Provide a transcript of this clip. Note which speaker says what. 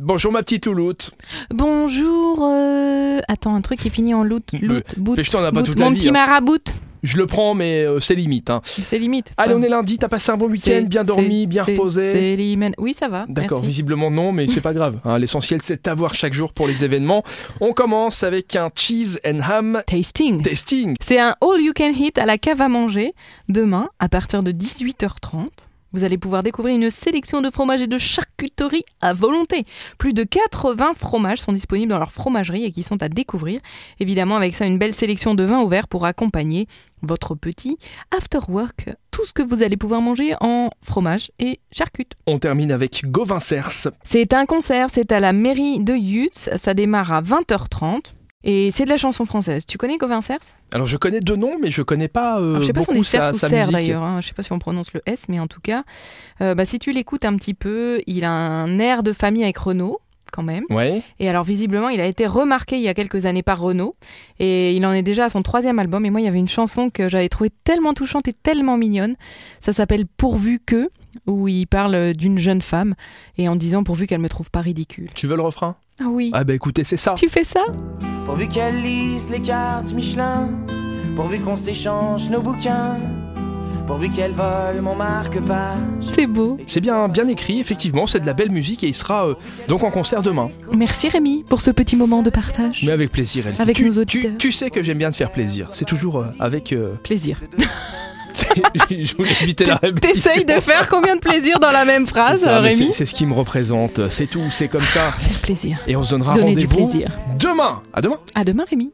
Speaker 1: Bonjour ma petite louloute.
Speaker 2: Bonjour. euh, Attends, un truc qui finit en loot, loot, boot.
Speaker 1: Mais je t'en ai pas
Speaker 2: boot.
Speaker 1: toute la
Speaker 2: Mon
Speaker 1: vie.
Speaker 2: petit
Speaker 1: hein.
Speaker 2: marabout,
Speaker 1: Je le prends, mais euh, c'est limite. hein.
Speaker 2: c'est limite.
Speaker 1: Allez, on est lundi. T'as passé un bon week-end, bien dormi, bien reposé.
Speaker 2: C'est limite. Oui, ça va.
Speaker 1: D'accord,
Speaker 2: merci.
Speaker 1: visiblement non, mais c'est pas grave. hein. L'essentiel, c'est de t'avoir chaque jour pour les événements. On commence avec un cheese and ham
Speaker 2: Tasting.
Speaker 1: tasting.
Speaker 2: C'est un all you can eat à la cave à manger. Demain, à partir de 18h30, vous allez pouvoir découvrir une sélection de fromages et de charcuteries à volonté. Plus de 80 fromages sont disponibles dans leur fromagerie et qui sont à découvrir. Évidemment, avec ça, une belle sélection de vins ouverts pour accompagner votre petit after work. Tout ce que vous allez pouvoir manger en fromage et charcutes.
Speaker 1: On termine avec Gauvin Cerce.
Speaker 2: C'est un concert, c'est à la mairie de Yutz. Ça démarre à 20h30. Et c'est de la chanson française. Tu connais Gauvin Cerf
Speaker 1: Alors je connais deux noms, mais je connais pas euh,
Speaker 2: Alors, je sais pas si on
Speaker 1: beaucoup
Speaker 2: dit
Speaker 1: sa,
Speaker 2: cerf ou
Speaker 1: sa
Speaker 2: serre
Speaker 1: musique.
Speaker 2: d'ailleurs, hein. je sais pas si on prononce le S, mais en tout cas, euh, bah, si tu l'écoutes un petit peu, il a un air de famille avec Renault quand même.
Speaker 1: Ouais.
Speaker 2: Et alors visiblement, il a été remarqué il y a quelques années par Renault, et il en est déjà à son troisième album. Et moi, il y avait une chanson que j'avais trouvée tellement touchante et tellement mignonne. Ça s'appelle Pourvu que, où il parle d'une jeune femme et en disant pourvu qu'elle me trouve pas ridicule.
Speaker 1: Tu veux le refrain
Speaker 2: Ah oui.
Speaker 1: Ah bah écoutez, c'est ça.
Speaker 2: Tu fais ça
Speaker 3: Pourvu qu'elle lisse les cartes Michelin, pourvu qu'on s'échange nos bouquins, pourvu qu'elle vole mon marque-page.
Speaker 2: C'est beau.
Speaker 1: C'est bien, bien écrit, effectivement, c'est de la belle musique et il sera euh, donc en concert demain.
Speaker 2: Merci Rémi pour ce petit moment de partage.
Speaker 1: Mais avec plaisir, Elfie.
Speaker 2: Avec
Speaker 1: tu,
Speaker 2: nos
Speaker 1: tu-
Speaker 2: auditeurs.
Speaker 1: tu sais que j'aime bien te faire plaisir. C'est toujours euh, avec. euh,
Speaker 2: Plaisir.
Speaker 1: je voulais éviter la répétition.
Speaker 2: T'essayes de faire combien de plaisir dans la même phrase,
Speaker 1: C'est ça, mais
Speaker 2: Rémi
Speaker 1: C'est c'est ce qui me représente. C'est tout, c'est comme ça.
Speaker 2: Plaisir.
Speaker 1: Et on se donnera
Speaker 2: Donner du
Speaker 1: rendez-vous
Speaker 2: plaisir.
Speaker 1: demain. À demain.
Speaker 2: À demain, Rémi.